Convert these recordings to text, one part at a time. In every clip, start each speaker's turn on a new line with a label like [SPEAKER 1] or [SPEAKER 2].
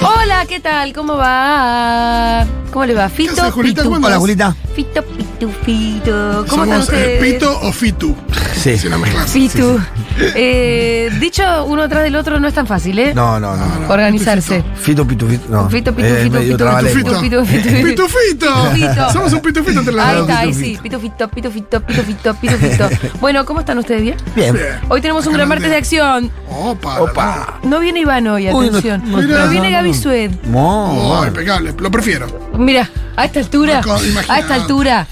[SPEAKER 1] Hola, ¿qué tal? ¿Cómo va? ¿Cómo le va? Fito.
[SPEAKER 2] haces, Julita?
[SPEAKER 1] Pitufos.
[SPEAKER 2] ¿Cómo
[SPEAKER 1] Hola,
[SPEAKER 2] andás?
[SPEAKER 1] Julita. Fito, pitu, fito. ¿Cómo están
[SPEAKER 2] Somos eh,
[SPEAKER 1] ustedes?
[SPEAKER 2] Pito o Fitu.
[SPEAKER 3] Sí.
[SPEAKER 2] Si no mezclas.
[SPEAKER 1] Pitu. Eh, dicho uno atrás del otro no es tan fácil, ¿eh?
[SPEAKER 3] No, no, no. no.
[SPEAKER 1] Organizarse.
[SPEAKER 3] Fito, pito, fito. No.
[SPEAKER 1] Fito, pito,
[SPEAKER 3] Eh,
[SPEAKER 1] fito,
[SPEAKER 3] medio
[SPEAKER 1] fito,
[SPEAKER 3] trabalengua.
[SPEAKER 1] fito,
[SPEAKER 2] Pitufito.
[SPEAKER 1] Pitufito, pitufito.
[SPEAKER 2] Pitufito.
[SPEAKER 1] Pitufito.
[SPEAKER 2] Somos un pitufito entre las
[SPEAKER 1] Ahí
[SPEAKER 2] dos.
[SPEAKER 1] está, ahí sí. Pitu, fito, pitu, fito, pitu, fito, pitu, fito. Bueno, ¿cómo están ustedes? ¿Bien?
[SPEAKER 3] Bien.
[SPEAKER 1] Hoy tenemos un
[SPEAKER 2] Acá
[SPEAKER 1] gran
[SPEAKER 2] no
[SPEAKER 1] martes
[SPEAKER 2] te-
[SPEAKER 1] de acción.
[SPEAKER 2] Opa.
[SPEAKER 3] Opa.
[SPEAKER 1] No viene Iván hoy,
[SPEAKER 3] Uy, no-
[SPEAKER 1] atención.
[SPEAKER 3] no-
[SPEAKER 2] Mira.
[SPEAKER 1] Pero viene
[SPEAKER 3] no, no,
[SPEAKER 1] Gaby
[SPEAKER 3] no.
[SPEAKER 1] Sued.
[SPEAKER 3] Mo.
[SPEAKER 2] Oh, impecable. Lo prefiero.
[SPEAKER 1] Mira, a esta altura,
[SPEAKER 2] No, co-
[SPEAKER 1] a esta
[SPEAKER 2] imagínate.
[SPEAKER 1] altura,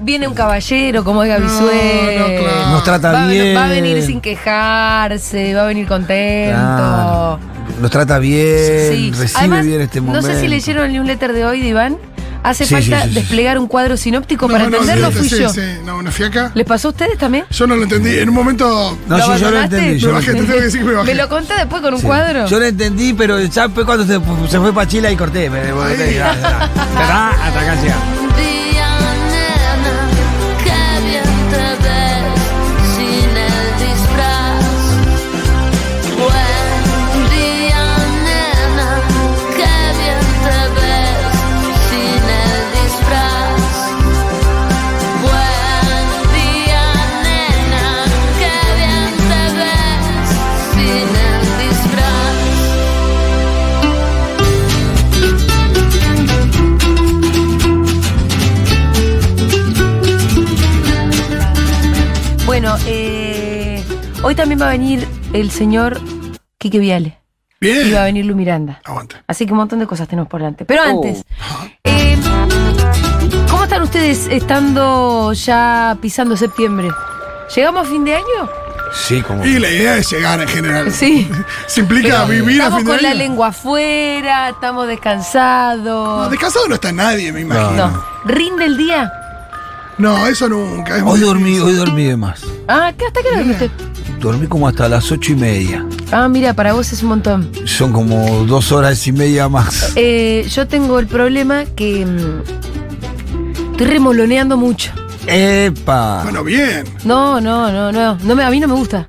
[SPEAKER 1] viene un caballero como es Gaby
[SPEAKER 2] No,
[SPEAKER 1] Sued.
[SPEAKER 2] no, claro.
[SPEAKER 3] Nos trata
[SPEAKER 1] Va, a ven-
[SPEAKER 3] bien.
[SPEAKER 1] va a venir sin quejarse, va a venir contento.
[SPEAKER 3] Claro. Nos trata bien.
[SPEAKER 1] Sí.
[SPEAKER 3] Recibe
[SPEAKER 1] Además,
[SPEAKER 3] bien este
[SPEAKER 1] no
[SPEAKER 3] momento.
[SPEAKER 1] sé si leyeron el newsletter de hoy de Iván. Hace
[SPEAKER 3] Sí,
[SPEAKER 1] falta
[SPEAKER 3] sí, sí, sí.
[SPEAKER 1] desplegar un cuadro sinóptico para
[SPEAKER 2] No, no,
[SPEAKER 1] entenderlo,
[SPEAKER 2] sí,
[SPEAKER 1] fui
[SPEAKER 2] sí,
[SPEAKER 1] yo.
[SPEAKER 2] sí. No, una fiaca.
[SPEAKER 1] ¿Les pasó a ustedes también?
[SPEAKER 2] Yo no lo entendí. En un momento.
[SPEAKER 3] No, sí, yo lo
[SPEAKER 1] abandonaste?
[SPEAKER 3] entendí. Yo
[SPEAKER 2] Me
[SPEAKER 3] lo
[SPEAKER 2] bajé, te
[SPEAKER 3] entendí.
[SPEAKER 2] tengo que decir que me bajé.
[SPEAKER 1] Me lo conté después con un
[SPEAKER 3] Sí.
[SPEAKER 1] cuadro.
[SPEAKER 3] Yo lo entendí, pero ya fue cuando se, se fue para Chile y corté. Me devolví.
[SPEAKER 2] Ahí.
[SPEAKER 3] Ya, ya, ya. Acá, Hasta acá llega.
[SPEAKER 4] Día mañana, qué bien te ves sin el disfraz. Buen día, nena, qué bien te ves sin el disfraz. Buen día, nena, qué bien te ves sin el disfraz.
[SPEAKER 1] Bueno, eh, hoy también va a venir el señor Quique Viale. Y va a
[SPEAKER 2] Bien.
[SPEAKER 1] venir Lu Miranda.
[SPEAKER 2] Aguante.
[SPEAKER 1] Así que un montón de cosas tenemos por delante. Pero antes,
[SPEAKER 2] Oh.
[SPEAKER 1] eh, ¿cómo están ustedes estando ya pisando septiembre? ¿Llegamos a fin de año?
[SPEAKER 3] Sí, como.
[SPEAKER 2] Y la idea es llegar en general.
[SPEAKER 1] Sí.
[SPEAKER 2] Se implica
[SPEAKER 1] Pero
[SPEAKER 2] vivir a
[SPEAKER 1] estamos
[SPEAKER 2] fin de
[SPEAKER 1] con la
[SPEAKER 2] año.
[SPEAKER 1] lengua afuera, estamos
[SPEAKER 2] No,
[SPEAKER 1] descansados.
[SPEAKER 2] Descansado no está nadie, me imagino.
[SPEAKER 1] No. ¿Rinde el día?
[SPEAKER 2] No, eso nunca. Es muy
[SPEAKER 3] Hoy dormí,
[SPEAKER 2] difícil.
[SPEAKER 3] hoy dormí de más.
[SPEAKER 1] Ah, ¿qué- ¿hasta qué hora dormiste?
[SPEAKER 3] Dormí como hasta las ocho y media.
[SPEAKER 1] Ah, mira, para vos es un montón.
[SPEAKER 3] Son como dos horas y media más.
[SPEAKER 1] Eh, yo tengo el problema que mm, estoy remoloneando mucho.
[SPEAKER 3] ¡Epa!
[SPEAKER 2] Bueno, bien.
[SPEAKER 1] No, no, no, no. no me, a mí no me gusta.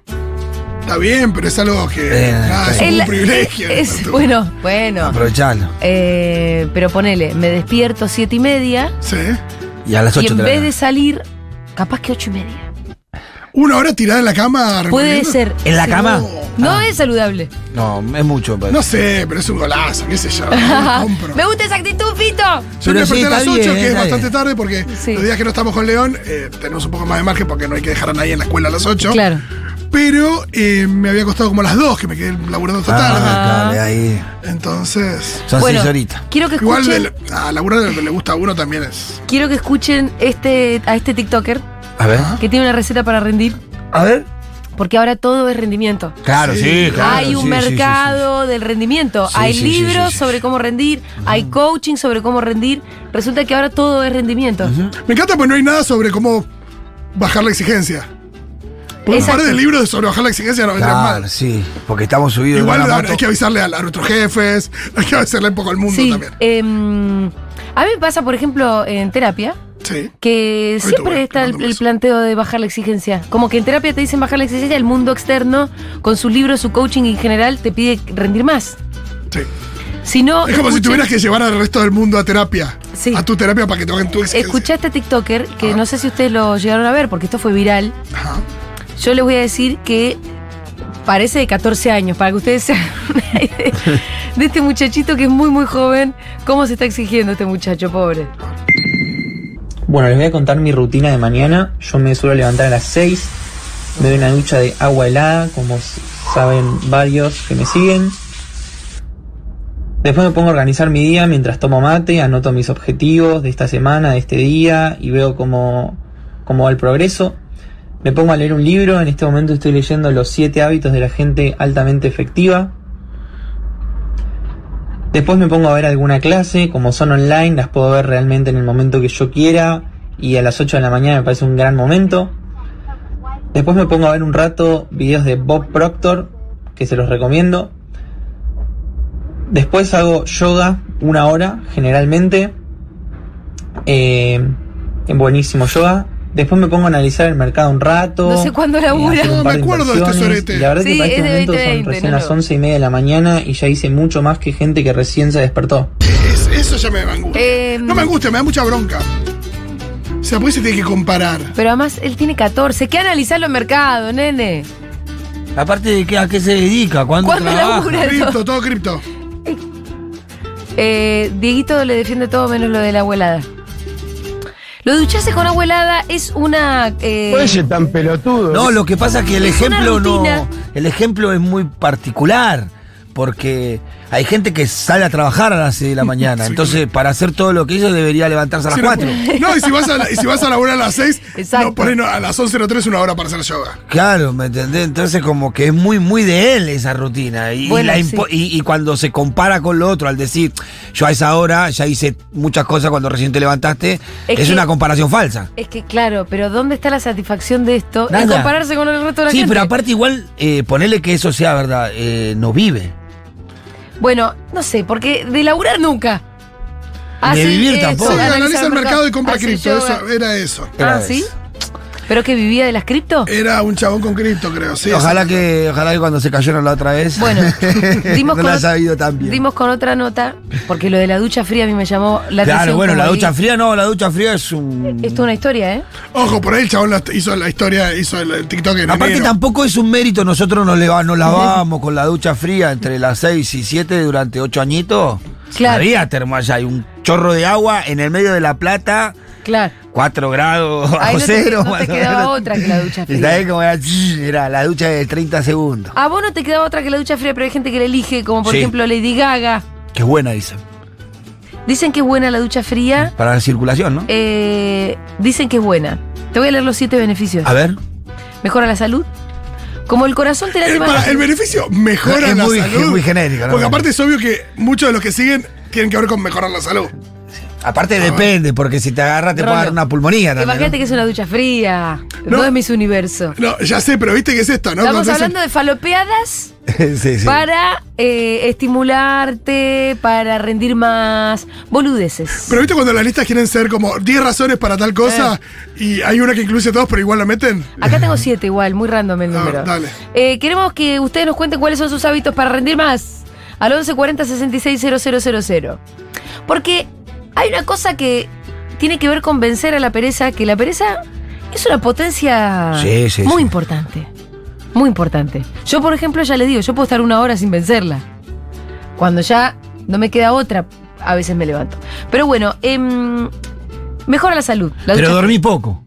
[SPEAKER 2] Está bien, pero es algo que.
[SPEAKER 3] Eh,
[SPEAKER 2] nada, es
[SPEAKER 3] está
[SPEAKER 2] un
[SPEAKER 1] El-
[SPEAKER 2] privilegio.
[SPEAKER 1] es-
[SPEAKER 2] ¿no?
[SPEAKER 1] bueno, bueno.
[SPEAKER 3] Aprovechalo.
[SPEAKER 1] Eh, pero ponele, me despierto siete y media
[SPEAKER 2] Sí.
[SPEAKER 3] Y a las
[SPEAKER 1] y
[SPEAKER 3] ocho
[SPEAKER 1] en
[SPEAKER 3] te la
[SPEAKER 1] vez
[SPEAKER 3] dan.
[SPEAKER 1] de salir, capaz que ocho y media.
[SPEAKER 2] Una hora tirada en la cama.
[SPEAKER 1] Puede
[SPEAKER 2] removiendo.
[SPEAKER 1] ser.
[SPEAKER 3] ¿En la cama?
[SPEAKER 1] No
[SPEAKER 3] Ah.
[SPEAKER 1] es saludable.
[SPEAKER 3] No, es mucho. pues. Pero,
[SPEAKER 2] No sé, pero es un golazo, qué sé yo. no lo compro.
[SPEAKER 1] me gusta esa actitud, Fito.
[SPEAKER 2] Yo me
[SPEAKER 3] Pero sí,
[SPEAKER 2] desperté a las
[SPEAKER 3] está
[SPEAKER 2] 8,
[SPEAKER 3] bien,
[SPEAKER 2] que es
[SPEAKER 3] está
[SPEAKER 2] bastante
[SPEAKER 3] bien.
[SPEAKER 2] tarde, porque
[SPEAKER 1] Sí.
[SPEAKER 2] los días que no estamos con León eh, tenemos un poco más de margen porque no hay que dejar a nadie en la escuela a las 8.
[SPEAKER 1] Claro.
[SPEAKER 2] Pero eh, me había costado como a las 2, que me quedé laburando hasta tarde.
[SPEAKER 3] Ah, dale, ahí.
[SPEAKER 2] Entonces.
[SPEAKER 3] Son
[SPEAKER 1] Bueno,
[SPEAKER 3] seis horitas.
[SPEAKER 1] quiero que
[SPEAKER 2] Igual
[SPEAKER 1] escuchen,
[SPEAKER 2] de- a laburar de lo que le gusta a uno también es.
[SPEAKER 1] quiero que escuchen este, a este TikToker
[SPEAKER 3] A ver.
[SPEAKER 1] que tiene una receta para rendir,
[SPEAKER 3] A ver.
[SPEAKER 1] porque ahora todo es rendimiento.
[SPEAKER 3] Claro,
[SPEAKER 2] Sí.
[SPEAKER 3] sí, claro.
[SPEAKER 1] hay un
[SPEAKER 3] sí, sí, sí,
[SPEAKER 1] mercado del rendimiento,
[SPEAKER 3] Sí,
[SPEAKER 1] hay
[SPEAKER 3] sí, sí,
[SPEAKER 1] libros
[SPEAKER 3] sí, sí,
[SPEAKER 1] sobre
[SPEAKER 3] sí.
[SPEAKER 1] cómo rendir, hay coaching sobre cómo rendir. Resulta que ahora todo es rendimiento.
[SPEAKER 2] Me encanta porque no hay nada sobre cómo bajar la exigencia. Porque un
[SPEAKER 1] Exacto.
[SPEAKER 2] par de libros sobre bajar la exigencia no
[SPEAKER 3] sí.
[SPEAKER 2] vendrán
[SPEAKER 3] Claro,
[SPEAKER 2] mal.
[SPEAKER 3] sí. Porque estamos subidos
[SPEAKER 2] Igual
[SPEAKER 3] en una
[SPEAKER 2] ahora
[SPEAKER 3] moto.
[SPEAKER 2] hay que avisarle a, a nuestros jefes, hay que avisarle un poco al mundo
[SPEAKER 1] Sí,
[SPEAKER 2] también.
[SPEAKER 1] em, a mí me pasa, por ejemplo, en terapia,
[SPEAKER 2] Sí.
[SPEAKER 1] que
[SPEAKER 2] Ahorita
[SPEAKER 1] siempre
[SPEAKER 2] voy,
[SPEAKER 1] está el,
[SPEAKER 2] te mando un
[SPEAKER 1] el
[SPEAKER 2] beso.
[SPEAKER 1] planteo de bajar la exigencia. Como que en terapia te dicen bajar la exigencia, el mundo externo, con su libro, su coaching en general, te pide rendir más.
[SPEAKER 2] Sí.
[SPEAKER 1] Si no,
[SPEAKER 2] Es como si
[SPEAKER 1] escucha-
[SPEAKER 2] tuvieras que llevar al resto del mundo a terapia.
[SPEAKER 1] Sí.
[SPEAKER 2] A tu terapia para que te hagan tu exigencia.
[SPEAKER 1] escuchá este TikToker, que no sé si ustedes lo llegaron a ver, porque esto fue viral.
[SPEAKER 2] Ajá.
[SPEAKER 1] Yo les voy a decir que parece de 14 años, para que ustedes se hagan una idea de este muchachito que es muy, muy joven. ¿Cómo se está exigiendo este muchacho, pobre?
[SPEAKER 5] Bueno, les voy a contar mi rutina de mañana. Yo me suelo levantar a las 6, me doy una ducha de agua helada, como s- saben varios que me siguen. Después me pongo a organizar mi día mientras tomo mate, anoto mis objetivos de esta semana, de este día y veo cómo, cómo va el progreso. Me pongo a leer un libro, en este momento estoy leyendo Los 7 hábitos de la gente altamente efectiva. Después me pongo a ver alguna clase, como son online, las puedo ver realmente en el momento que yo quiera y a las 8 de la mañana me parece un gran momento. Después me pongo a ver un rato videos de Bob Proctor, que se los recomiendo. Después hago yoga una hora, generalmente. Eh, en buenísimo yoga. Después me pongo a analizar el mercado un rato. eh,
[SPEAKER 1] No sé cuándo labura.
[SPEAKER 5] hacer un
[SPEAKER 2] No,
[SPEAKER 5] par
[SPEAKER 2] me acuerdo de este
[SPEAKER 5] inversiones.
[SPEAKER 2] sorete.
[SPEAKER 5] Y La verdad
[SPEAKER 1] Sí,
[SPEAKER 5] que para
[SPEAKER 1] es
[SPEAKER 5] este
[SPEAKER 1] de
[SPEAKER 5] momento
[SPEAKER 1] 2020,
[SPEAKER 5] son recién
[SPEAKER 1] no
[SPEAKER 5] las
[SPEAKER 1] lo-
[SPEAKER 5] once y media de la mañana y ya hice mucho más que gente que recién se despertó.
[SPEAKER 2] Es- eso ya me angustia.
[SPEAKER 1] Eh,
[SPEAKER 2] no me angustia, me da mucha bronca. O sea, pues se tiene que comparar.
[SPEAKER 1] Pero además él tiene 14. ¿Qué analizar los mercados, nene?
[SPEAKER 3] Aparte de qué, a qué se dedica, cuánto
[SPEAKER 1] ¿Cuándo
[SPEAKER 3] trabaja.
[SPEAKER 1] labura?
[SPEAKER 2] Cripto, todo cripto.
[SPEAKER 1] Eh, Dieguito le defiende todo menos lo de la abuelada. Lo de ducharse con abuelada es una. eh,
[SPEAKER 6] tan pelotudo.
[SPEAKER 3] No, lo que pasa es que el
[SPEAKER 1] Es una
[SPEAKER 3] ejemplo no.
[SPEAKER 1] rutina.
[SPEAKER 3] El ejemplo es muy particular. Porque hay gente que sale a trabajar a las 6 de la mañana. Entonces, para hacer todo lo que hizo, debería levantarse a las
[SPEAKER 2] Si no-
[SPEAKER 3] 4.
[SPEAKER 2] No, y si vas a la, y si vas a laburar a las 6,
[SPEAKER 1] Exacto.
[SPEAKER 2] no, por ahí no, a las 11.03 es una hora para hacer yoga.
[SPEAKER 3] Claro, ¿me entendés? Entonces como que es muy, muy de él esa rutina. Y, y
[SPEAKER 1] Bueno,
[SPEAKER 3] la impo- y- y cuando se compara con lo otro, al decir, yo a esa hora ya hice muchas cosas cuando recién te levantaste,
[SPEAKER 1] Es
[SPEAKER 3] es,
[SPEAKER 1] que-
[SPEAKER 3] una comparación falsa.
[SPEAKER 1] Es que, claro, pero ¿dónde está la satisfacción de esto? En
[SPEAKER 3] Nada.
[SPEAKER 1] compararse con el resto de la
[SPEAKER 3] sí,
[SPEAKER 1] gente.
[SPEAKER 3] pero aparte igual, eh, ponele que eso sea verdad, eh, no vive.
[SPEAKER 1] Bueno, no sé, porque de laburar nunca.
[SPEAKER 3] vivir tampoco.
[SPEAKER 2] Sí,
[SPEAKER 1] analizar
[SPEAKER 2] analiza el mercado y compra
[SPEAKER 1] hace yoga.
[SPEAKER 2] cripto. Eso, era eso.
[SPEAKER 1] Ah,
[SPEAKER 3] Era
[SPEAKER 1] ¿sí?
[SPEAKER 3] eso.
[SPEAKER 1] ¿Pero que vivía de las cripto?
[SPEAKER 2] Era un chabón con cripto, creo. Sí,
[SPEAKER 3] ojalá
[SPEAKER 2] sí.
[SPEAKER 3] que, ojalá que cuando se cayeron la otra vez,
[SPEAKER 1] Bueno, dimos
[SPEAKER 3] no
[SPEAKER 1] con ot-
[SPEAKER 3] la ha sabido tan bien.
[SPEAKER 1] Dimos con otra nota, porque lo de la ducha fría a mí me llamó la atención.
[SPEAKER 3] Claro, bueno,
[SPEAKER 1] como
[SPEAKER 3] la
[SPEAKER 1] ahí-
[SPEAKER 3] ducha fría no, la ducha fría es un...
[SPEAKER 1] Esto es una historia, ¿eh?
[SPEAKER 2] Ojo, por ahí el chabón la- hizo la historia, hizo el, el TikTok en
[SPEAKER 3] Aparte
[SPEAKER 2] enero.
[SPEAKER 3] tampoco es un mérito, nosotros nos, leva- nos lavamos con la ducha fría entre las 6 y 7 durante 8 añitos.
[SPEAKER 1] Claro.
[SPEAKER 3] Había termo allá, hay un chorro de agua en el medio de la plata,
[SPEAKER 1] Claro.
[SPEAKER 3] 4 grados bajo
[SPEAKER 1] Ahí no te- no
[SPEAKER 3] cero.
[SPEAKER 1] te
[SPEAKER 3] más o
[SPEAKER 1] quedaba
[SPEAKER 3] menos.
[SPEAKER 1] otra que la ducha fría.
[SPEAKER 3] Y sabés cómo era, Zzz, era la ducha de 30 segundos.
[SPEAKER 1] A vos no te quedaba otra que la ducha fría, pero hay gente que la elige, como por
[SPEAKER 3] Sí.
[SPEAKER 1] ejemplo Lady Gaga.
[SPEAKER 3] Qué buena, dice.
[SPEAKER 1] Dicen que es buena la ducha fría.
[SPEAKER 3] Para la circulación, ¿no?
[SPEAKER 1] eh, dicen que es buena. Te voy a leer los siete beneficios.
[SPEAKER 3] A ver.
[SPEAKER 1] Mejora la salud. Como el corazón te
[SPEAKER 2] Eh,
[SPEAKER 1] late
[SPEAKER 2] para,
[SPEAKER 1] más.
[SPEAKER 2] el beneficio mejora
[SPEAKER 3] Es
[SPEAKER 2] la
[SPEAKER 3] muy-
[SPEAKER 2] salud.
[SPEAKER 3] es muy genérico, ¿no?
[SPEAKER 2] Porque aparte es obvio que muchos de los que siguen tienen que ver con mejorar la salud.
[SPEAKER 3] Aparte depende, porque si te agarra te puede
[SPEAKER 1] Rolo.
[SPEAKER 3] dar una pulmonía
[SPEAKER 1] Que
[SPEAKER 3] también. ¿no?
[SPEAKER 1] Imagínate que es una ducha fría. No,
[SPEAKER 2] No.
[SPEAKER 1] es mis universo.
[SPEAKER 2] No, ya sé, pero viste que es esto, ¿no?
[SPEAKER 1] Estamos
[SPEAKER 2] Cuando dicen-
[SPEAKER 1] hablando de falopeadas
[SPEAKER 3] Sí, sí.
[SPEAKER 1] para eh, estimularte, para rendir más boludeces.
[SPEAKER 2] Pero viste cuando las listas quieren ser como 10 razones para tal cosa y hay una que incluye todos, pero igual la meten.
[SPEAKER 1] Acá tengo siete igual, muy random el
[SPEAKER 2] Ah,
[SPEAKER 1] número.
[SPEAKER 2] dale.
[SPEAKER 1] Eh, queremos que ustedes nos cuenten cuáles son sus hábitos para rendir más. Al 1140-660000. Porque hay una cosa que tiene que ver con vencer a la pereza, que la pereza es una potencia
[SPEAKER 3] Sí, sí,
[SPEAKER 1] muy
[SPEAKER 3] sí.
[SPEAKER 1] importante. Muy importante. Yo, por ejemplo, ya le digo, yo puedo estar una hora sin vencerla. Cuando ya no me queda otra, a veces me levanto. Pero bueno, em, mejora la salud. La
[SPEAKER 3] Pero
[SPEAKER 1] ducha-
[SPEAKER 3] dormí poco.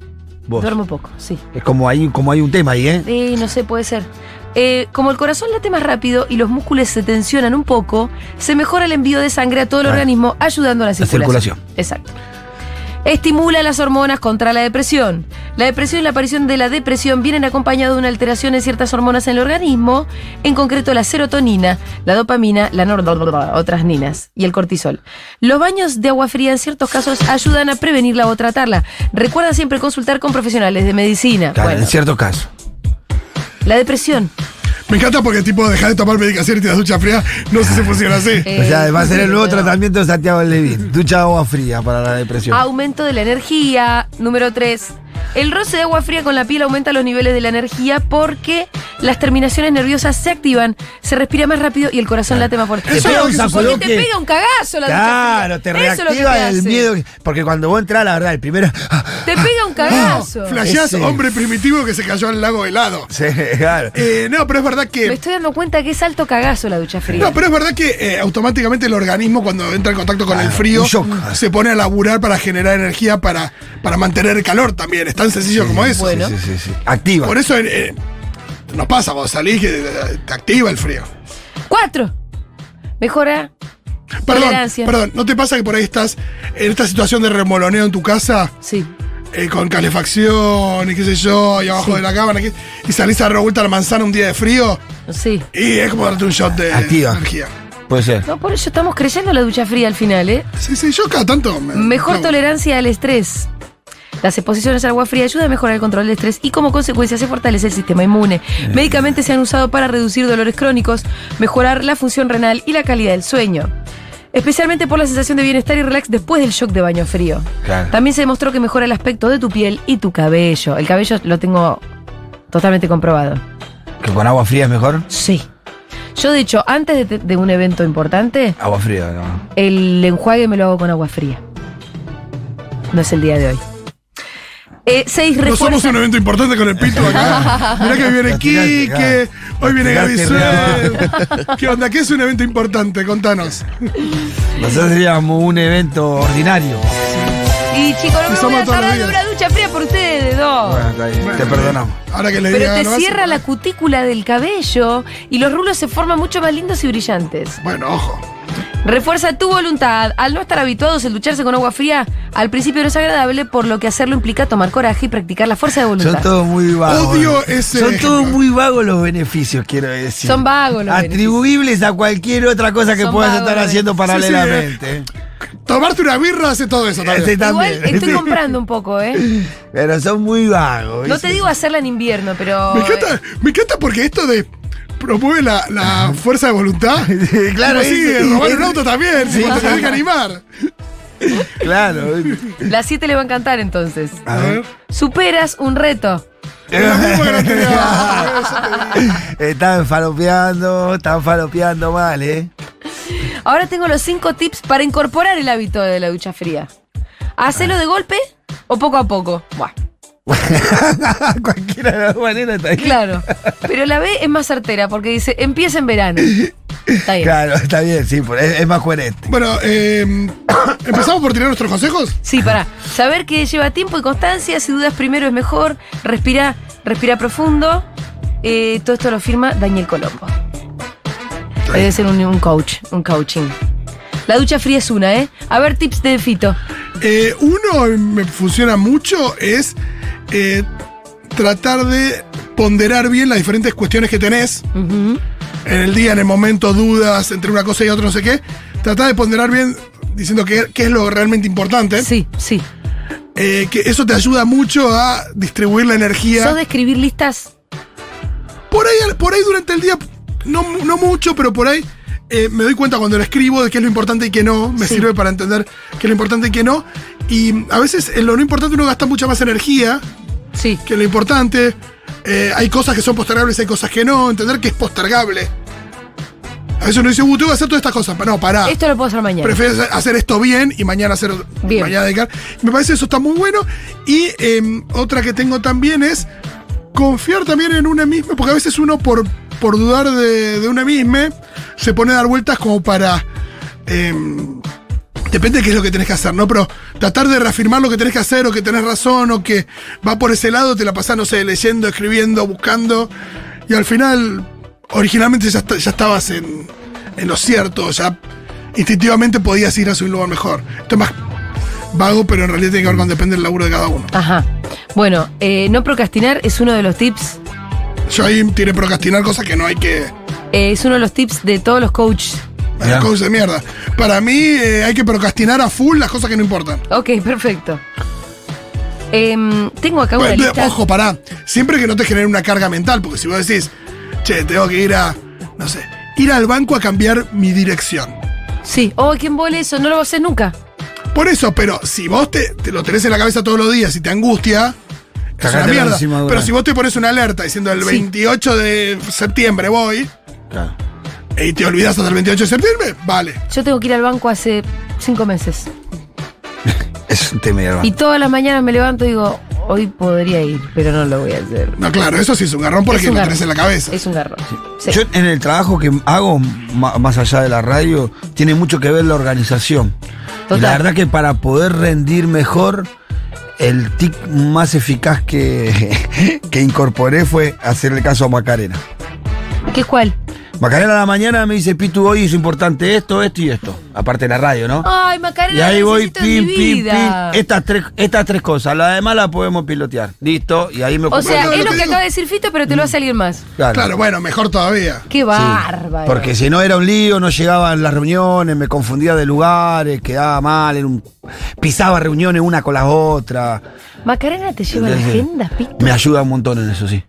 [SPEAKER 3] Vos.
[SPEAKER 1] Duermo poco, sí.
[SPEAKER 3] Es como hay, como hay un tema ahí, ¿eh?
[SPEAKER 1] Sí, no sé, puede ser. Eh, como el corazón late más rápido y los músculos se tensionan un poco, se mejora el envío de sangre a todo el
[SPEAKER 3] Claro.
[SPEAKER 1] organismo, ayudando a la circulación.
[SPEAKER 3] circulación.
[SPEAKER 1] Exacto. Estimula las hormonas contra la depresión. La depresión y la aparición de la depresión vienen acompañadas de una alteración en ciertas hormonas en el organismo, en concreto la serotonina, la dopamina, la nor- otras ninas y el cortisol. Los baños de agua fría en ciertos casos ayudan a prevenirla o tratarla. Recuerda siempre consultar con profesionales de medicina.
[SPEAKER 3] Claro,
[SPEAKER 1] Bueno.
[SPEAKER 3] en cierto caso.
[SPEAKER 1] La depresión.
[SPEAKER 2] Me encanta porque, tipo, dejar de tomar medicación y te das ducha fría, no sé si funciona así.
[SPEAKER 1] Eh,
[SPEAKER 3] O sea, va a ser el nuevo
[SPEAKER 1] pero-
[SPEAKER 3] tratamiento de Santiago Levín. Ducha de agua fría para la depresión.
[SPEAKER 1] Aumento de la energía. Número 3. El roce de agua fría con la piel aumenta los niveles de la energía porque las terminaciones nerviosas se activan, se respira más rápido y el corazón late más fuerte.
[SPEAKER 3] Te
[SPEAKER 2] Eso
[SPEAKER 3] pega un
[SPEAKER 2] es lo que
[SPEAKER 1] Porque te
[SPEAKER 3] zapaloque.
[SPEAKER 1] pega un cagazo la ducha
[SPEAKER 3] Claro,
[SPEAKER 1] fría.
[SPEAKER 3] te
[SPEAKER 1] Eso es lo que te
[SPEAKER 3] reactiva el
[SPEAKER 1] hace.
[SPEAKER 3] miedo. que- Porque cuando vos entras, la verdad, el primero. ah,
[SPEAKER 1] Te pega un
[SPEAKER 2] No,
[SPEAKER 1] cagazo.
[SPEAKER 2] flasheás
[SPEAKER 3] Ese.
[SPEAKER 2] hombre primitivo que se cayó al lago helado.
[SPEAKER 3] Sí, claro.
[SPEAKER 2] Eh, no, pero es verdad
[SPEAKER 1] Me
[SPEAKER 2] que.
[SPEAKER 1] estoy dando cuenta que es alto cagazo la ducha fría.
[SPEAKER 2] No, pero es verdad que eh, automáticamente el organismo cuando entra en contacto con el frío
[SPEAKER 3] un shock.
[SPEAKER 2] se pone a laburar para generar energía para, para mantener el calor también. Es tan sencillo como eso.
[SPEAKER 1] Bueno.
[SPEAKER 3] Sí, sí, sí. Activa.
[SPEAKER 2] Por eso eh, eh, nos pasa cuando salís que eh, te activa el frío.
[SPEAKER 1] Cuatro. Mejora.
[SPEAKER 2] Perdón,
[SPEAKER 1] Tolerancia.
[SPEAKER 2] perdón, ¿no te pasa que por ahí estás en esta situación de remoloneo en tu casa
[SPEAKER 1] Sí.
[SPEAKER 2] eh, con calefacción y qué sé yo, y abajo de la cámara qué- y salís a dar vuelta a la manzana un día de frío?
[SPEAKER 1] Sí.
[SPEAKER 2] Y es como darte un shot de
[SPEAKER 3] Activa.
[SPEAKER 2] energía.
[SPEAKER 3] Puede ser.
[SPEAKER 1] No, por eso estamos creyendo la ducha fría al final, ¿eh?
[SPEAKER 2] Sí, sí, yo cada tanto. me-
[SPEAKER 1] Mejor
[SPEAKER 2] clavo.
[SPEAKER 1] tolerancia al estrés. Las exposiciones al agua fría ayudan a mejorar el control del estrés y como consecuencia se fortalece el sistema inmune. Medicamentos se han usado para reducir dolores crónicos, mejorar la función renal y la calidad del sueño. Especialmente por la sensación de bienestar y relax después del shock de baño frío.
[SPEAKER 3] Claro.
[SPEAKER 1] También se demostró que mejora el aspecto de tu piel y tu cabello. El cabello lo tengo totalmente comprobado.
[SPEAKER 3] ¿Que con agua fría es mejor?
[SPEAKER 1] Sí. Yo, de hecho, antes de, te- de un evento importante,
[SPEAKER 3] Agua fría, no.
[SPEAKER 1] el enjuague me lo hago con agua fría. No es el día de hoy. Eh, seis
[SPEAKER 2] No somos
[SPEAKER 1] refuerza-
[SPEAKER 2] un evento importante con el pito acá. Mirá que viene
[SPEAKER 3] Lo tiraste,
[SPEAKER 2] Quique,
[SPEAKER 3] claro.
[SPEAKER 2] hoy
[SPEAKER 3] Lo
[SPEAKER 2] viene Gaby
[SPEAKER 3] tiraste,
[SPEAKER 2] Suel. ¿Qué onda? ¿Qué es un evento importante? Contanos.
[SPEAKER 3] Nosotros seríamos un evento ordinario.
[SPEAKER 1] Y chicos, no
[SPEAKER 2] Sí,
[SPEAKER 1] me voy
[SPEAKER 2] somos
[SPEAKER 1] a
[SPEAKER 2] todos
[SPEAKER 1] tardar
[SPEAKER 2] los
[SPEAKER 1] de
[SPEAKER 2] días.
[SPEAKER 1] una ducha fría por ustedes dos.
[SPEAKER 3] Bueno, está bien, te
[SPEAKER 2] Bueno,
[SPEAKER 3] perdonamos.
[SPEAKER 2] Ahora que le
[SPEAKER 1] Pero
[SPEAKER 2] diga,
[SPEAKER 1] te
[SPEAKER 2] ¿no vas?
[SPEAKER 1] cierra la cutícula del cabello y los rulos se forman mucho más lindos y brillantes.
[SPEAKER 2] Bueno, ojo.
[SPEAKER 1] Refuerza tu voluntad. Al no estar habituados el ducharse con agua fría, al principio no es agradable, por lo que hacerlo implica tomar coraje y practicar la fuerza de
[SPEAKER 3] Son
[SPEAKER 1] voluntad.
[SPEAKER 3] todos muy vagos.
[SPEAKER 2] Odio ese
[SPEAKER 3] Son
[SPEAKER 2] ejemplo.
[SPEAKER 3] todos muy vagos los beneficios, quiero decir.
[SPEAKER 1] Son vagos los
[SPEAKER 3] Atribuibles a cualquier otra cosa que
[SPEAKER 1] Son
[SPEAKER 3] puedas
[SPEAKER 1] vagos
[SPEAKER 3] estar
[SPEAKER 1] los
[SPEAKER 3] haciendo
[SPEAKER 2] beneficios. Sí, eh. sí,
[SPEAKER 3] paralelamente.
[SPEAKER 2] Tomarte una birra hace todo eso
[SPEAKER 3] Ese
[SPEAKER 2] también.
[SPEAKER 1] Igual
[SPEAKER 3] también.
[SPEAKER 1] estoy comprando un poco, ¿eh?
[SPEAKER 3] Pero son muy vagos.
[SPEAKER 1] No
[SPEAKER 3] ¿viste?
[SPEAKER 1] te digo hacerla en invierno, pero.
[SPEAKER 2] Me encanta, me encanta porque esto de promueve la, la fuerza de voluntad.
[SPEAKER 3] Sí, claro,
[SPEAKER 2] Tipo, sí,
[SPEAKER 3] es-
[SPEAKER 2] robar
[SPEAKER 3] es-
[SPEAKER 2] un auto también, si te tenés que animar.
[SPEAKER 3] Claro. ¿viste?
[SPEAKER 1] Las 7 le va a encantar entonces.
[SPEAKER 3] A ver.
[SPEAKER 1] Superas un reto.
[SPEAKER 2] Es lo mismo que no tenía- eso te digo.
[SPEAKER 3] Están falopeando, están falopeando mal, ¿eh?
[SPEAKER 1] Ahora tengo los 5 tips para incorporar el hábito de la ducha fría. ¿Hacelo de golpe o poco a poco? Buah,
[SPEAKER 3] Cualquiera de las maneras está bien.
[SPEAKER 1] claro. Pero la B es más certera porque dice empieza en verano. Está bien.
[SPEAKER 3] Claro, está bien, sí, por- es, es más coherente.
[SPEAKER 2] Bueno, eh, empezamos por tirar nuestros consejos.
[SPEAKER 1] Sí, pará. Saber que lleva tiempo y constancia, si dudas primero es mejor. Respira, respira profundo. Eh, todo esto lo firma Daniel Colombo. Debe ser un, un coach, un coaching. La ducha fría es una, ¿eh? A ver, tips de Fito.
[SPEAKER 2] Eh, uno eh, me funciona mucho es eh, tratar de ponderar bien las diferentes cuestiones que tenés
[SPEAKER 1] Ujú.
[SPEAKER 2] en el día, en el momento, dudas entre una cosa y otra, no sé qué. Tratar de ponderar bien diciendo qué, qué es lo realmente importante.
[SPEAKER 1] Sí, sí.
[SPEAKER 2] Eh, que eso te ayuda mucho a distribuir la
[SPEAKER 1] ¿Sos
[SPEAKER 2] energía.
[SPEAKER 1] de escribir listas?
[SPEAKER 2] Por ahí, por ahí durante el día, no, no mucho, pero por ahí eh, me doy cuenta cuando lo escribo de qué es lo importante y qué no. Me
[SPEAKER 1] Sí.
[SPEAKER 2] sirve para entender qué es lo importante y qué no. Y a veces en lo no importante uno gasta mucha más energía
[SPEAKER 1] Sí.
[SPEAKER 2] que lo importante. eh, hay cosas que son postergables, hay cosas que no. Entender que es postergable. A veces uno dice, uh, tengo que hacer todas estas cosas. No, pará.
[SPEAKER 1] Esto lo puedo hacer mañana.
[SPEAKER 2] Prefiero hacer esto bien y mañana hacer
[SPEAKER 1] Bien.
[SPEAKER 2] mañana dedicar. Me parece eso está muy bueno. Y eh, otra que tengo también es confiar también en una misma, porque a veces uno por, por dudar de, de una misma se pone a dar vueltas como para. eh, Depende de qué es lo que tenés que hacer, ¿no? Pero tratar de reafirmar lo que tenés que hacer o que tenés razón o que va por ese lado, te la pasás, no sé, leyendo, escribiendo, buscando. Y al final, originalmente ya, esta- ya estabas en, en lo cierto, ya instintivamente podías ir a un lugar mejor. Esto es más vago, pero en realidad tiene que ver
[SPEAKER 3] Mm.
[SPEAKER 2] con depende del laburo de cada uno.
[SPEAKER 1] Ajá. Bueno, eh, no procrastinar es uno de los tips.
[SPEAKER 2] Yo ahí tiene procrastinar cosas que no hay que.
[SPEAKER 1] eh, es uno de los tips de todos los coaches.
[SPEAKER 3] Mirá.
[SPEAKER 2] cosas de mierda. Para mí eh, hay que procrastinar a full las cosas que no importan.
[SPEAKER 1] Ok, perfecto. Em, tengo acá una
[SPEAKER 2] Bueno,
[SPEAKER 1] lista.
[SPEAKER 2] ojo, pará. Siempre que no te genere una carga mental, porque si vos decís, che, tengo que ir a. No sé, ir al banco a cambiar mi dirección.
[SPEAKER 1] Sí. Oh, ¿quién vole eso? No lo vas a hacer nunca.
[SPEAKER 2] Por eso, pero si vos te, te lo tenés en la cabeza todos los días y te angustia, es
[SPEAKER 3] Sacátelo
[SPEAKER 2] una mierda.
[SPEAKER 3] encima de una.
[SPEAKER 2] Pero si vos te pones una alerta diciendo el
[SPEAKER 1] Sí.
[SPEAKER 2] 28 de septiembre voy
[SPEAKER 3] Claro.
[SPEAKER 2] y te olvidás hasta el 28 de septiembre, vale.
[SPEAKER 1] Yo tengo que ir al banco hace cinco meses.
[SPEAKER 3] Es un tema de
[SPEAKER 1] Y
[SPEAKER 3] hermano.
[SPEAKER 1] todas las mañanas me levanto y digo, hoy podría ir, pero no lo voy a hacer.
[SPEAKER 2] No, claro, eso sí es un garrón porque
[SPEAKER 1] Es un
[SPEAKER 2] lo
[SPEAKER 1] garrón.
[SPEAKER 2] tenés en la cabeza.
[SPEAKER 1] Es un garrón. Sí.
[SPEAKER 3] Yo en el trabajo que hago, ma- más allá de la radio, tiene mucho que ver la organización. Y
[SPEAKER 1] Total.
[SPEAKER 3] la verdad que para poder rendir mejor, el tic más eficaz que, que incorporé fue hacerle caso a Macarena.
[SPEAKER 1] ¿Qué es cuál?
[SPEAKER 3] Macarena a la mañana me dice, Pitu, hoy es importante esto, esto y esto. Aparte de la radio, ¿no?
[SPEAKER 1] Ay, Macarena,
[SPEAKER 3] Y ahí
[SPEAKER 1] Oh, la
[SPEAKER 3] voy,
[SPEAKER 1] necesito en
[SPEAKER 3] pim,
[SPEAKER 1] mi
[SPEAKER 3] pim, pim.
[SPEAKER 1] vida.
[SPEAKER 3] Estas tres, estas tres cosas. La demás la podemos pilotear. Listo. Y ahí me
[SPEAKER 1] O
[SPEAKER 3] ocupo
[SPEAKER 1] sea,
[SPEAKER 2] Bueno,
[SPEAKER 1] es
[SPEAKER 2] lo
[SPEAKER 1] lo
[SPEAKER 2] que
[SPEAKER 1] que
[SPEAKER 2] digo-
[SPEAKER 1] acaba de decir Fito, pero te lo hace alguien más.
[SPEAKER 3] Claro.
[SPEAKER 2] Claro, bueno, mejor todavía.
[SPEAKER 1] Qué
[SPEAKER 3] Sí.
[SPEAKER 1] bárbaro.
[SPEAKER 3] Porque si no era un lío, no llegaban las reuniones, me confundía de lugares, quedaba mal, era un- pisaba reuniones una con las otras.
[SPEAKER 1] Macarena te lleva la
[SPEAKER 3] Entonces,
[SPEAKER 1] agenda, Pito.
[SPEAKER 3] Me ayuda un montón en eso, sí.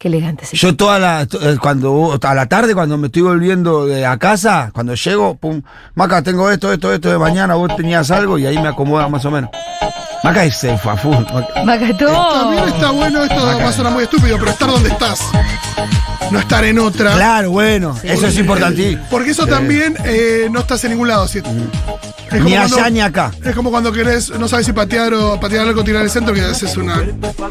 [SPEAKER 1] Qué elegante se
[SPEAKER 3] Yo toda la, to- eh, cuando, a la tarde, cuando me estoy volviendo de a casa, cuando llego, pum, Maca, tengo esto, esto, esto de mañana, vos tenías algo y ahí me acomoda más o menos. Maca es el fafú. Maca-
[SPEAKER 2] También
[SPEAKER 1] Macató.
[SPEAKER 2] está bueno, esto va a sonar muy estúpido, pero estar donde estás. No estar en otra.
[SPEAKER 3] Claro, bueno, eso es importante.
[SPEAKER 2] Porque eso también eh, no estás en ningún lado. ¿sí? Es como
[SPEAKER 3] Ni allá ni acá.
[SPEAKER 2] Es como cuando querés, no sabes si patear o patear algo o tirar el centro, que es una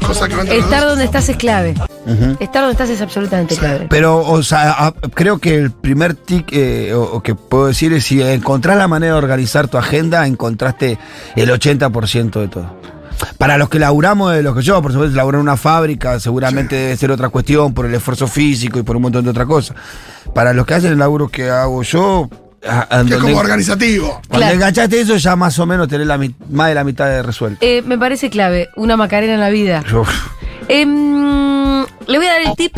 [SPEAKER 2] cosa que va entre los
[SPEAKER 1] Estar
[SPEAKER 2] dos.
[SPEAKER 1] donde estás es clave.
[SPEAKER 3] Ujú.
[SPEAKER 1] Estar donde estás es absolutamente clave.
[SPEAKER 3] Pero, o sea, a- creo que el primer tic eh, o, o que puedo decir es si encontrás la manera de organizar tu agenda, encontraste el 80% de todo. Para los que laburamos, de los que yo, por supuesto, laburo en una fábrica, seguramente debe ser otra cuestión por el esfuerzo físico y por un montón de otras cosas. Para los que hacen el laburo que hago yo, a- a-
[SPEAKER 2] Que es
[SPEAKER 3] donde-
[SPEAKER 2] como organizativo.
[SPEAKER 3] cuando
[SPEAKER 1] Claro.
[SPEAKER 3] enganchaste eso, ya más o menos tenés la, mi- más de la mitad de resuelto.
[SPEAKER 1] Eh, me parece clave, una macarena en la vida.
[SPEAKER 2] Eh,
[SPEAKER 3] Uf.
[SPEAKER 1] Em, le voy a dar el tip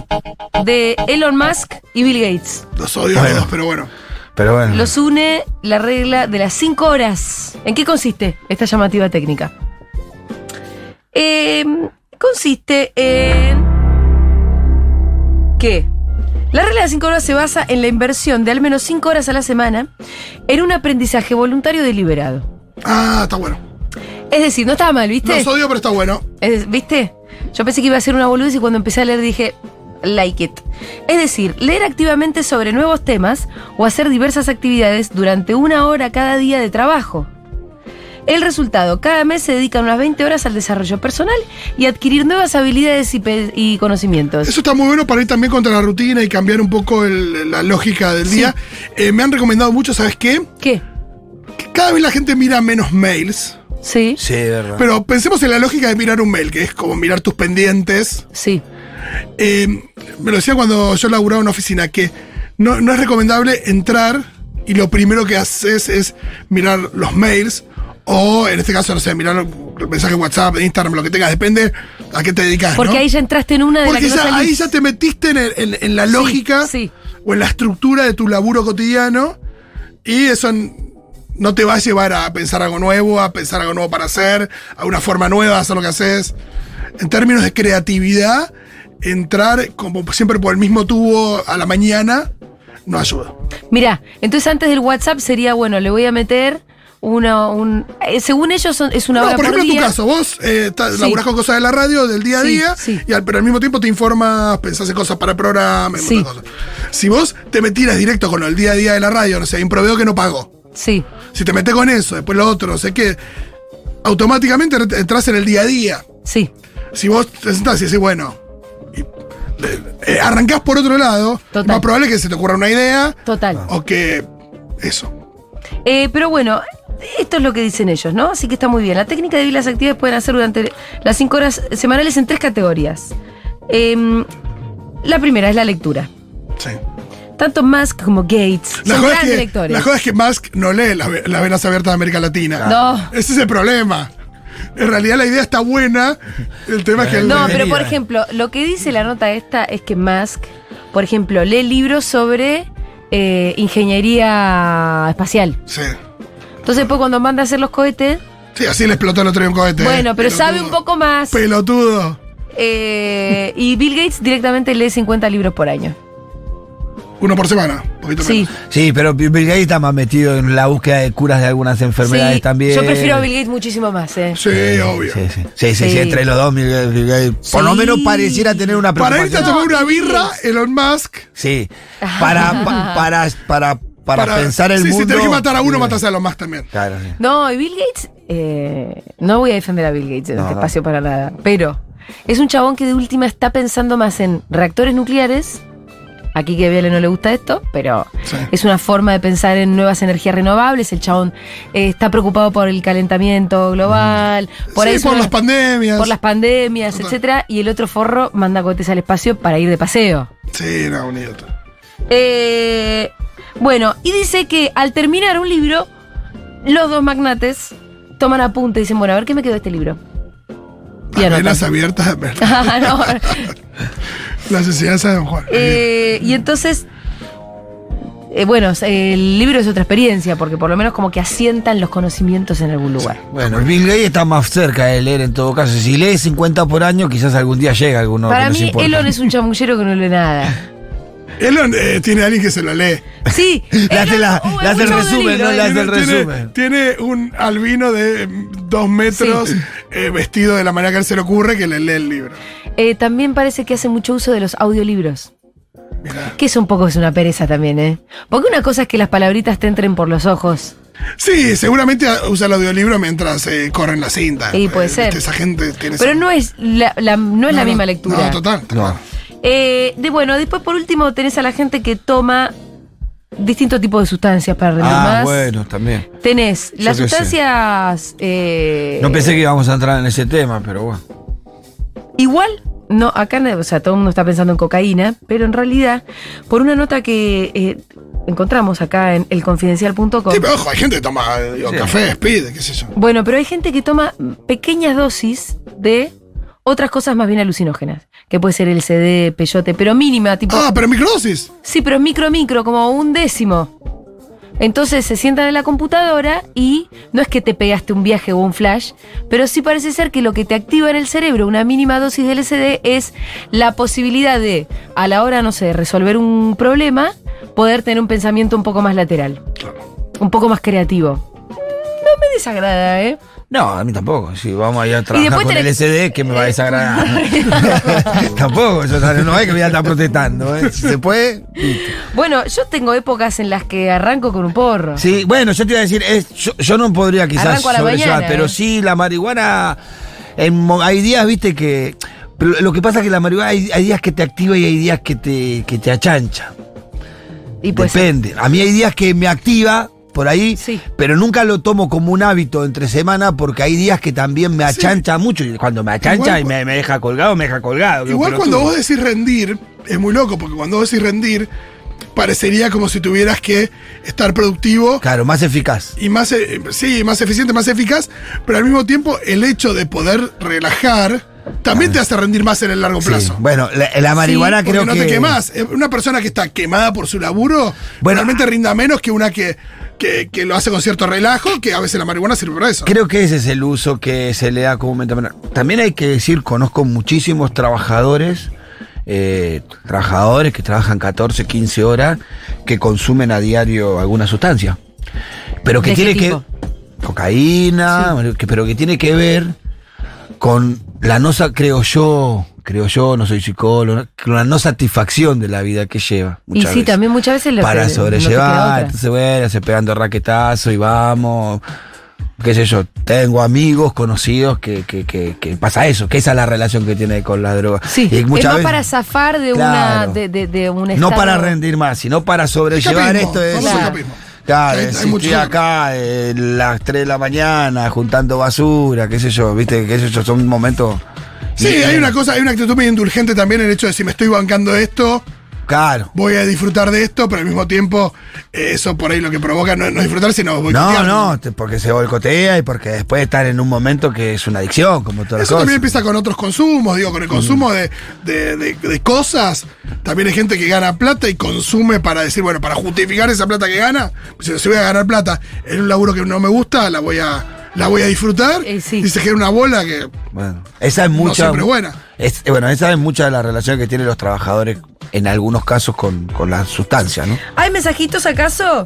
[SPEAKER 1] de Elon Musk y Bill Gates.
[SPEAKER 2] Los odio a
[SPEAKER 3] Bueno.
[SPEAKER 2] los dos, pero bueno.
[SPEAKER 3] Pero bueno.
[SPEAKER 1] Los une la regla de las 5 horas. ¿En qué consiste esta llamativa técnica? Em, consiste en que la regla de las 5 horas se basa en la inversión de al menos 5 horas a la semana en un aprendizaje voluntario deliberado.
[SPEAKER 2] Ah, está bueno.
[SPEAKER 1] Es decir, no estaba mal, ¿viste?
[SPEAKER 2] Los odio, pero está bueno.
[SPEAKER 1] Es- ¿Viste? Yo pensé que iba a ser una boludez y cuando empecé a leer dije, like it. Es decir, leer activamente sobre nuevos temas o hacer diversas actividades durante una hora cada día de trabajo. El resultado, cada mes se dedican unas 20 horas al desarrollo personal y adquirir nuevas habilidades y, pe- y conocimientos.
[SPEAKER 2] Eso está muy bueno para ir también contra la rutina y cambiar un poco el- la lógica del día. Eh, me han recomendado mucho, ¿sabes qué?
[SPEAKER 1] ¿Qué?
[SPEAKER 2] Que cada vez la gente mira menos mails.
[SPEAKER 1] Sí,
[SPEAKER 3] Sí, de verdad.
[SPEAKER 1] Ah.
[SPEAKER 2] Pero pensemos en la lógica de mirar un mail, que es como mirar tus pendientes.
[SPEAKER 1] sí.
[SPEAKER 2] Eh, me lo decía cuando yo laburaba en una oficina, que no, no es recomendable entrar y lo primero que haces es mirar los mails o, en este caso, no sé, mirar el mensaje de WhatsApp, de Instagram, lo que tengas, depende a qué te dedicas.
[SPEAKER 1] Porque ahí ya entraste en una de las
[SPEAKER 2] Porque
[SPEAKER 1] que no
[SPEAKER 2] ya- ahí
[SPEAKER 1] salís.
[SPEAKER 2] ya te metiste en, el- en- en la
[SPEAKER 1] Sí,
[SPEAKER 2] lógica
[SPEAKER 1] sí.
[SPEAKER 2] o en la estructura de tu laburo cotidiano y eso n- no te va a llevar a pensar algo nuevo, a pensar algo nuevo para hacer, a una forma nueva de hacer lo que haces. En términos de creatividad, entrar como siempre por el mismo tubo a la mañana no ayuda.
[SPEAKER 1] Mirá, entonces antes del WhatsApp sería, bueno, le voy a meter una, un... eh, según ellos son- es una
[SPEAKER 2] No,
[SPEAKER 1] hora
[SPEAKER 2] por ejemplo, en tu
[SPEAKER 1] día.
[SPEAKER 2] caso, vos eh, ta-
[SPEAKER 1] Sí.
[SPEAKER 2] laburás con cosas de la radio del día a
[SPEAKER 1] Sí,
[SPEAKER 2] día,
[SPEAKER 1] sí.
[SPEAKER 2] y al, pero al mismo tiempo te informas, pensás en cosas para el programa, en
[SPEAKER 1] Sí.
[SPEAKER 2] muchas cosas. Si vos te metieras directo con el día a día de la radio, no sé, hay un proveedor que no pagó.
[SPEAKER 1] Sí.
[SPEAKER 2] Si te metes con eso, después lo otro, no sé qué, automáticamente ent- entras en el día a día.
[SPEAKER 1] Sí,
[SPEAKER 2] Si vos te sentás y decís, bueno, y, eh, arrancás por otro lado,
[SPEAKER 1] Total.
[SPEAKER 2] más probable es que se te ocurra una idea
[SPEAKER 1] total.
[SPEAKER 2] o que eso.
[SPEAKER 1] Eh, pero bueno, esto es lo que dicen ellos, ¿no? Así que está muy bien. La técnica de vivir las actividades pueden hacer durante las 5 horas semanales en tres categorías. Em, la primera es la lectura.
[SPEAKER 2] Sí.
[SPEAKER 1] Tanto Musk como Gates
[SPEAKER 2] La
[SPEAKER 1] son
[SPEAKER 2] joda, es
[SPEAKER 1] grandes
[SPEAKER 2] que,
[SPEAKER 1] lectores.
[SPEAKER 2] la joda es que Musk no lee las, ve- las venas abiertas de América Latina.
[SPEAKER 1] No.
[SPEAKER 2] Ese es el problema. En realidad la idea está buena. El tema es que... el-
[SPEAKER 1] no,
[SPEAKER 3] Bienvenida.
[SPEAKER 1] pero por ejemplo, lo que dice la nota esta es que Musk, por ejemplo, lee libros sobre eh, ingeniería espacial.
[SPEAKER 2] Sí.
[SPEAKER 1] Entonces, después cuando manda a hacer los cohetes,
[SPEAKER 2] Sí, así le explotó el otro día un cohete.
[SPEAKER 1] bueno,
[SPEAKER 2] eh.
[SPEAKER 1] pero
[SPEAKER 2] Pelotudo.
[SPEAKER 1] sabe un poco más.
[SPEAKER 2] Pelotudo.
[SPEAKER 1] Eh, y Bill Gates directamente lee 50 libros por año.
[SPEAKER 2] Uno por semana. un Poquito
[SPEAKER 1] Sí.
[SPEAKER 2] menos.
[SPEAKER 3] Sí, pero Bill Gates está más metido en la búsqueda de curas de algunas enfermedades
[SPEAKER 1] Sí,
[SPEAKER 3] también.
[SPEAKER 1] Yo prefiero a Bill Gates muchísimo más, ¿eh?
[SPEAKER 2] Sí, obvio.
[SPEAKER 3] Sí, sí, sí, sí,
[SPEAKER 1] Sí.
[SPEAKER 3] entre los dos, Bill Gates, Bill Gates. Por lo
[SPEAKER 1] Sí.
[SPEAKER 3] menos pareciera tener una
[SPEAKER 2] Para irte a tomar
[SPEAKER 3] preocupación.
[SPEAKER 2] una birra, Elon Musk.
[SPEAKER 3] sí, para, pa- para, para, para, pensar el
[SPEAKER 2] sí,
[SPEAKER 3] mundo.
[SPEAKER 2] Si tenés que matar a uno,
[SPEAKER 3] Sí,
[SPEAKER 2] matas a Elon Musk también.
[SPEAKER 3] Claro, sí.
[SPEAKER 1] No, y Bill Gates, eh, no voy a defender a Bill Gates en
[SPEAKER 3] No,
[SPEAKER 1] este
[SPEAKER 3] no.
[SPEAKER 1] espacio para nada, pero es un chabón que de última está pensando más en reactores nucleares. Aquí que a Viale no le gusta esto, pero
[SPEAKER 2] Sí.
[SPEAKER 1] es una forma de pensar en nuevas energías renovables. El chabón eh, está preocupado por el calentamiento global, por
[SPEAKER 2] Mm. Sí,
[SPEAKER 1] ahí
[SPEAKER 2] por
[SPEAKER 1] suena-
[SPEAKER 2] las pandemias.
[SPEAKER 1] por las pandemias,
[SPEAKER 2] Total.
[SPEAKER 1] etcétera, y el otro forro manda cohetes al espacio para ir de paseo.
[SPEAKER 2] Sí, no, un idiota.
[SPEAKER 1] Eh, bueno, y dice que al terminar un libro, los dos magnates toman apunte y dicen, bueno, a ver qué me quedó de este libro. Y
[SPEAKER 2] Las
[SPEAKER 1] anotan.
[SPEAKER 2] venas abiertas, de verdad.
[SPEAKER 1] Ah, no.
[SPEAKER 2] Las enseñanzas de Don Juan.
[SPEAKER 1] Eh, y entonces Eh, bueno, el libro es otra experiencia, porque por lo menos como que asientan los conocimientos en algún lugar.
[SPEAKER 3] Bueno, Bill Gates está más cerca de leer en todo caso. Si lees 50 por año, quizás algún día llega alguno. que
[SPEAKER 1] Para
[SPEAKER 3] nos
[SPEAKER 1] mí,
[SPEAKER 3] importa.
[SPEAKER 1] Elon es un chamullero que no lee nada.
[SPEAKER 2] Elon eh, tiene a alguien que se lo lee.
[SPEAKER 1] Sí,
[SPEAKER 3] Le hace
[SPEAKER 1] Elon-
[SPEAKER 3] la-
[SPEAKER 1] oh,
[SPEAKER 3] le hace el
[SPEAKER 1] escucha un
[SPEAKER 3] resumen,
[SPEAKER 1] libro,
[SPEAKER 3] ¿no? Le
[SPEAKER 1] Elon.
[SPEAKER 3] hace el
[SPEAKER 2] Tiene-
[SPEAKER 3] resumen.
[SPEAKER 2] Tiene un albino de mm, dos metros
[SPEAKER 1] Sí.
[SPEAKER 2] eh, vestido de la manera que a él se le ocurre que le lee el libro.
[SPEAKER 1] Eh, también parece que hace mucho uso de los audiolibros.
[SPEAKER 2] Mirá.
[SPEAKER 1] Que eso un poco es una pereza también, ¿eh? Porque una cosa es que las palabritas te entren por los ojos.
[SPEAKER 2] Sí, seguramente ah, usa el audiolibro mientras eh, corren la cinta.
[SPEAKER 1] Y puede
[SPEAKER 2] Eh,
[SPEAKER 1] ser.
[SPEAKER 2] viste, Esa gente tiene
[SPEAKER 1] Pero
[SPEAKER 2] esa-
[SPEAKER 1] no es la, la- no es la
[SPEAKER 2] No,
[SPEAKER 1] misma
[SPEAKER 2] no,
[SPEAKER 1] lectura.
[SPEAKER 2] No, total. total.
[SPEAKER 3] No.
[SPEAKER 1] Eh, de bueno, después por último tenés a la gente que toma distintos tipos de sustancias para rendir
[SPEAKER 3] Ah,
[SPEAKER 1] más.
[SPEAKER 3] bueno, también.
[SPEAKER 1] Tenés las
[SPEAKER 3] qué sé.
[SPEAKER 1] sustancias. eh,
[SPEAKER 3] No pensé que íbamos a entrar en ese tema, pero bueno.
[SPEAKER 1] Igual, no, acá, no- o sea, todo el mundo está pensando en cocaína, pero en realidad, por una nota que eh, encontramos acá en elconfidencial.com.
[SPEAKER 2] Sí, pero ojo, hay gente que toma eh, digo,
[SPEAKER 3] Sí.
[SPEAKER 2] café, speed, qué sé yo.
[SPEAKER 1] Bueno, pero hay gente que toma pequeñas dosis de otras cosas más bien alucinógenas, que puede ser el CD, peyote, pero mínima, tipo.
[SPEAKER 2] Ah, pero microdosis.
[SPEAKER 1] Sí, pero es micro, micro, como un décimo. Entonces se sientan en la computadora y no es que te pegaste un viaje o un flash, pero sí parece ser que lo que te activa en el cerebro, una mínima dosis de LSD, es la posibilidad de, a la hora, no sé, de resolver un problema, poder tener un pensamiento un poco más lateral, un poco más creativo. No me desagrada, ¿eh?
[SPEAKER 3] No, a mí tampoco. Si vamos a ir a trabajar
[SPEAKER 1] después
[SPEAKER 3] con el
[SPEAKER 1] tenés- eh,
[SPEAKER 3] SD, que me va a desagradar. tampoco, yo, o sea, no es que voy a estar protestando. ¿eh? Si se puede. listo.
[SPEAKER 1] Bueno, yo tengo épocas en las que arranco con un porro.
[SPEAKER 3] Sí, bueno, yo te iba a decir, es- yo, yo no podría quizás
[SPEAKER 1] Arranco a la
[SPEAKER 3] sobrellevar,
[SPEAKER 1] mañana,
[SPEAKER 3] pero
[SPEAKER 1] eh.
[SPEAKER 3] sí, la marihuana. en mo- hay días, viste, que. pero lo que pasa es que la marihuana hay, hay días que te activa y hay días que te, que te achancha.
[SPEAKER 1] y pues
[SPEAKER 3] Depende. A mí hay días que me activa por ahí,
[SPEAKER 1] Sí.
[SPEAKER 3] pero nunca lo tomo como un hábito entre semana porque hay días que también me
[SPEAKER 2] Sí.
[SPEAKER 3] achancha mucho. Y cuando me achancha
[SPEAKER 2] Igual
[SPEAKER 3] y me, me deja colgado, me deja colgado. que
[SPEAKER 2] Igual
[SPEAKER 3] un
[SPEAKER 2] cuando
[SPEAKER 3] pelotudo.
[SPEAKER 2] vos decís rendir, es muy loco, porque cuando vos decís rendir, parecería como si tuvieras que estar productivo
[SPEAKER 3] Claro, más eficaz.
[SPEAKER 2] y más, eh, sí, más eficiente, más eficaz, pero al mismo tiempo el hecho de poder relajar también te hace rendir más en el largo
[SPEAKER 3] Sí.
[SPEAKER 2] plazo.
[SPEAKER 3] Bueno, la, la marihuana
[SPEAKER 2] Porque
[SPEAKER 3] creo
[SPEAKER 2] no
[SPEAKER 3] que.
[SPEAKER 2] te quemás. Eh, Una persona que está quemada por su laburo
[SPEAKER 3] Bueno, ah.
[SPEAKER 2] realmente rinda menos que una que, que, que lo hace con cierto relajo, que a veces la marihuana sirve para eso.
[SPEAKER 3] Creo que ese es el uso que se le da comúnmente. Bueno, También hay que decir, conozco muchísimos trabajadores, eh, trabajadores que trabajan 14, 15 horas, que consumen a diario alguna sustancia. Pero que
[SPEAKER 1] ¿De qué
[SPEAKER 3] tiene
[SPEAKER 1] tipo?
[SPEAKER 3] que. Cocaína, que- pero que tiene que ver con la no sa- creo yo, creo yo, no soy psicólogo, con la no satisfacción de la vida que lleva.
[SPEAKER 1] Y
[SPEAKER 3] muchas
[SPEAKER 1] sí,
[SPEAKER 3] veces.
[SPEAKER 1] también muchas veces lo
[SPEAKER 3] para
[SPEAKER 1] que- no te queda
[SPEAKER 3] sobrellevar.
[SPEAKER 1] otra.
[SPEAKER 3] entonces, bueno, se pegando raquetazo y vamos. Qué sé yo, tengo amigos conocidos que, que, que, que pasa eso, que esa es la relación que tiene con la droga.
[SPEAKER 1] Sí,
[SPEAKER 3] Y
[SPEAKER 1] es más
[SPEAKER 3] muchas veces-
[SPEAKER 1] para zafar de
[SPEAKER 3] Claro.
[SPEAKER 1] una de, de- de un
[SPEAKER 3] No
[SPEAKER 1] estado-
[SPEAKER 3] para rendir más, sino para sobrellevar
[SPEAKER 2] Escapismo,
[SPEAKER 3] esto. Es,
[SPEAKER 2] vamos
[SPEAKER 1] al
[SPEAKER 3] Claro.
[SPEAKER 2] escapismo.
[SPEAKER 3] Claro,
[SPEAKER 2] Hay- hay
[SPEAKER 3] es- estoy
[SPEAKER 2] mucho-
[SPEAKER 3] acá eh, las 3 de la mañana juntando basura, qué sé yo, viste, qué sé yo, son momentos. eh,
[SPEAKER 2] Sí,
[SPEAKER 3] y-
[SPEAKER 2] hay una cosa, hay una actitud medio indulgente también en el hecho de si me estoy bancando esto,
[SPEAKER 3] Claro.
[SPEAKER 2] voy a disfrutar de esto, pero al mismo tiempo, eh, eso por ahí lo que provoca no, no disfrutar, sino
[SPEAKER 3] No,
[SPEAKER 2] boicotear.
[SPEAKER 3] no, te- porque se boicotea y porque después estar en un momento que es una adicción, como todas las
[SPEAKER 2] Eso también
[SPEAKER 3] cosas.
[SPEAKER 2] empieza con otros consumos, digo, con el consumo de, de- de- de cosas. También hay gente que gana plata y consume para decir, bueno, para justificar esa plata que gana, si, si voy a ganar plata en un laburo que no me gusta, la voy a, la voy a disfrutar.
[SPEAKER 1] Eh, sí.
[SPEAKER 2] Y se genera una bola que
[SPEAKER 3] Bueno, esa es
[SPEAKER 2] no
[SPEAKER 3] mucha.
[SPEAKER 2] siempre es buena.
[SPEAKER 3] es- eh, bueno, esa es mucha de la relación que tienen los trabajadores en algunos casos con, con la sustancia, ¿no?
[SPEAKER 1] ¿Hay mensajitos acaso?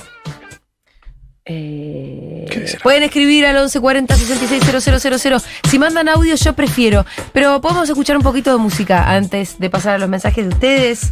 [SPEAKER 1] Eh, pueden escribir al 1140 000. Si mandan audio, yo prefiero. Pero podemos escuchar un poquito de música antes de pasar a los mensajes de ustedes.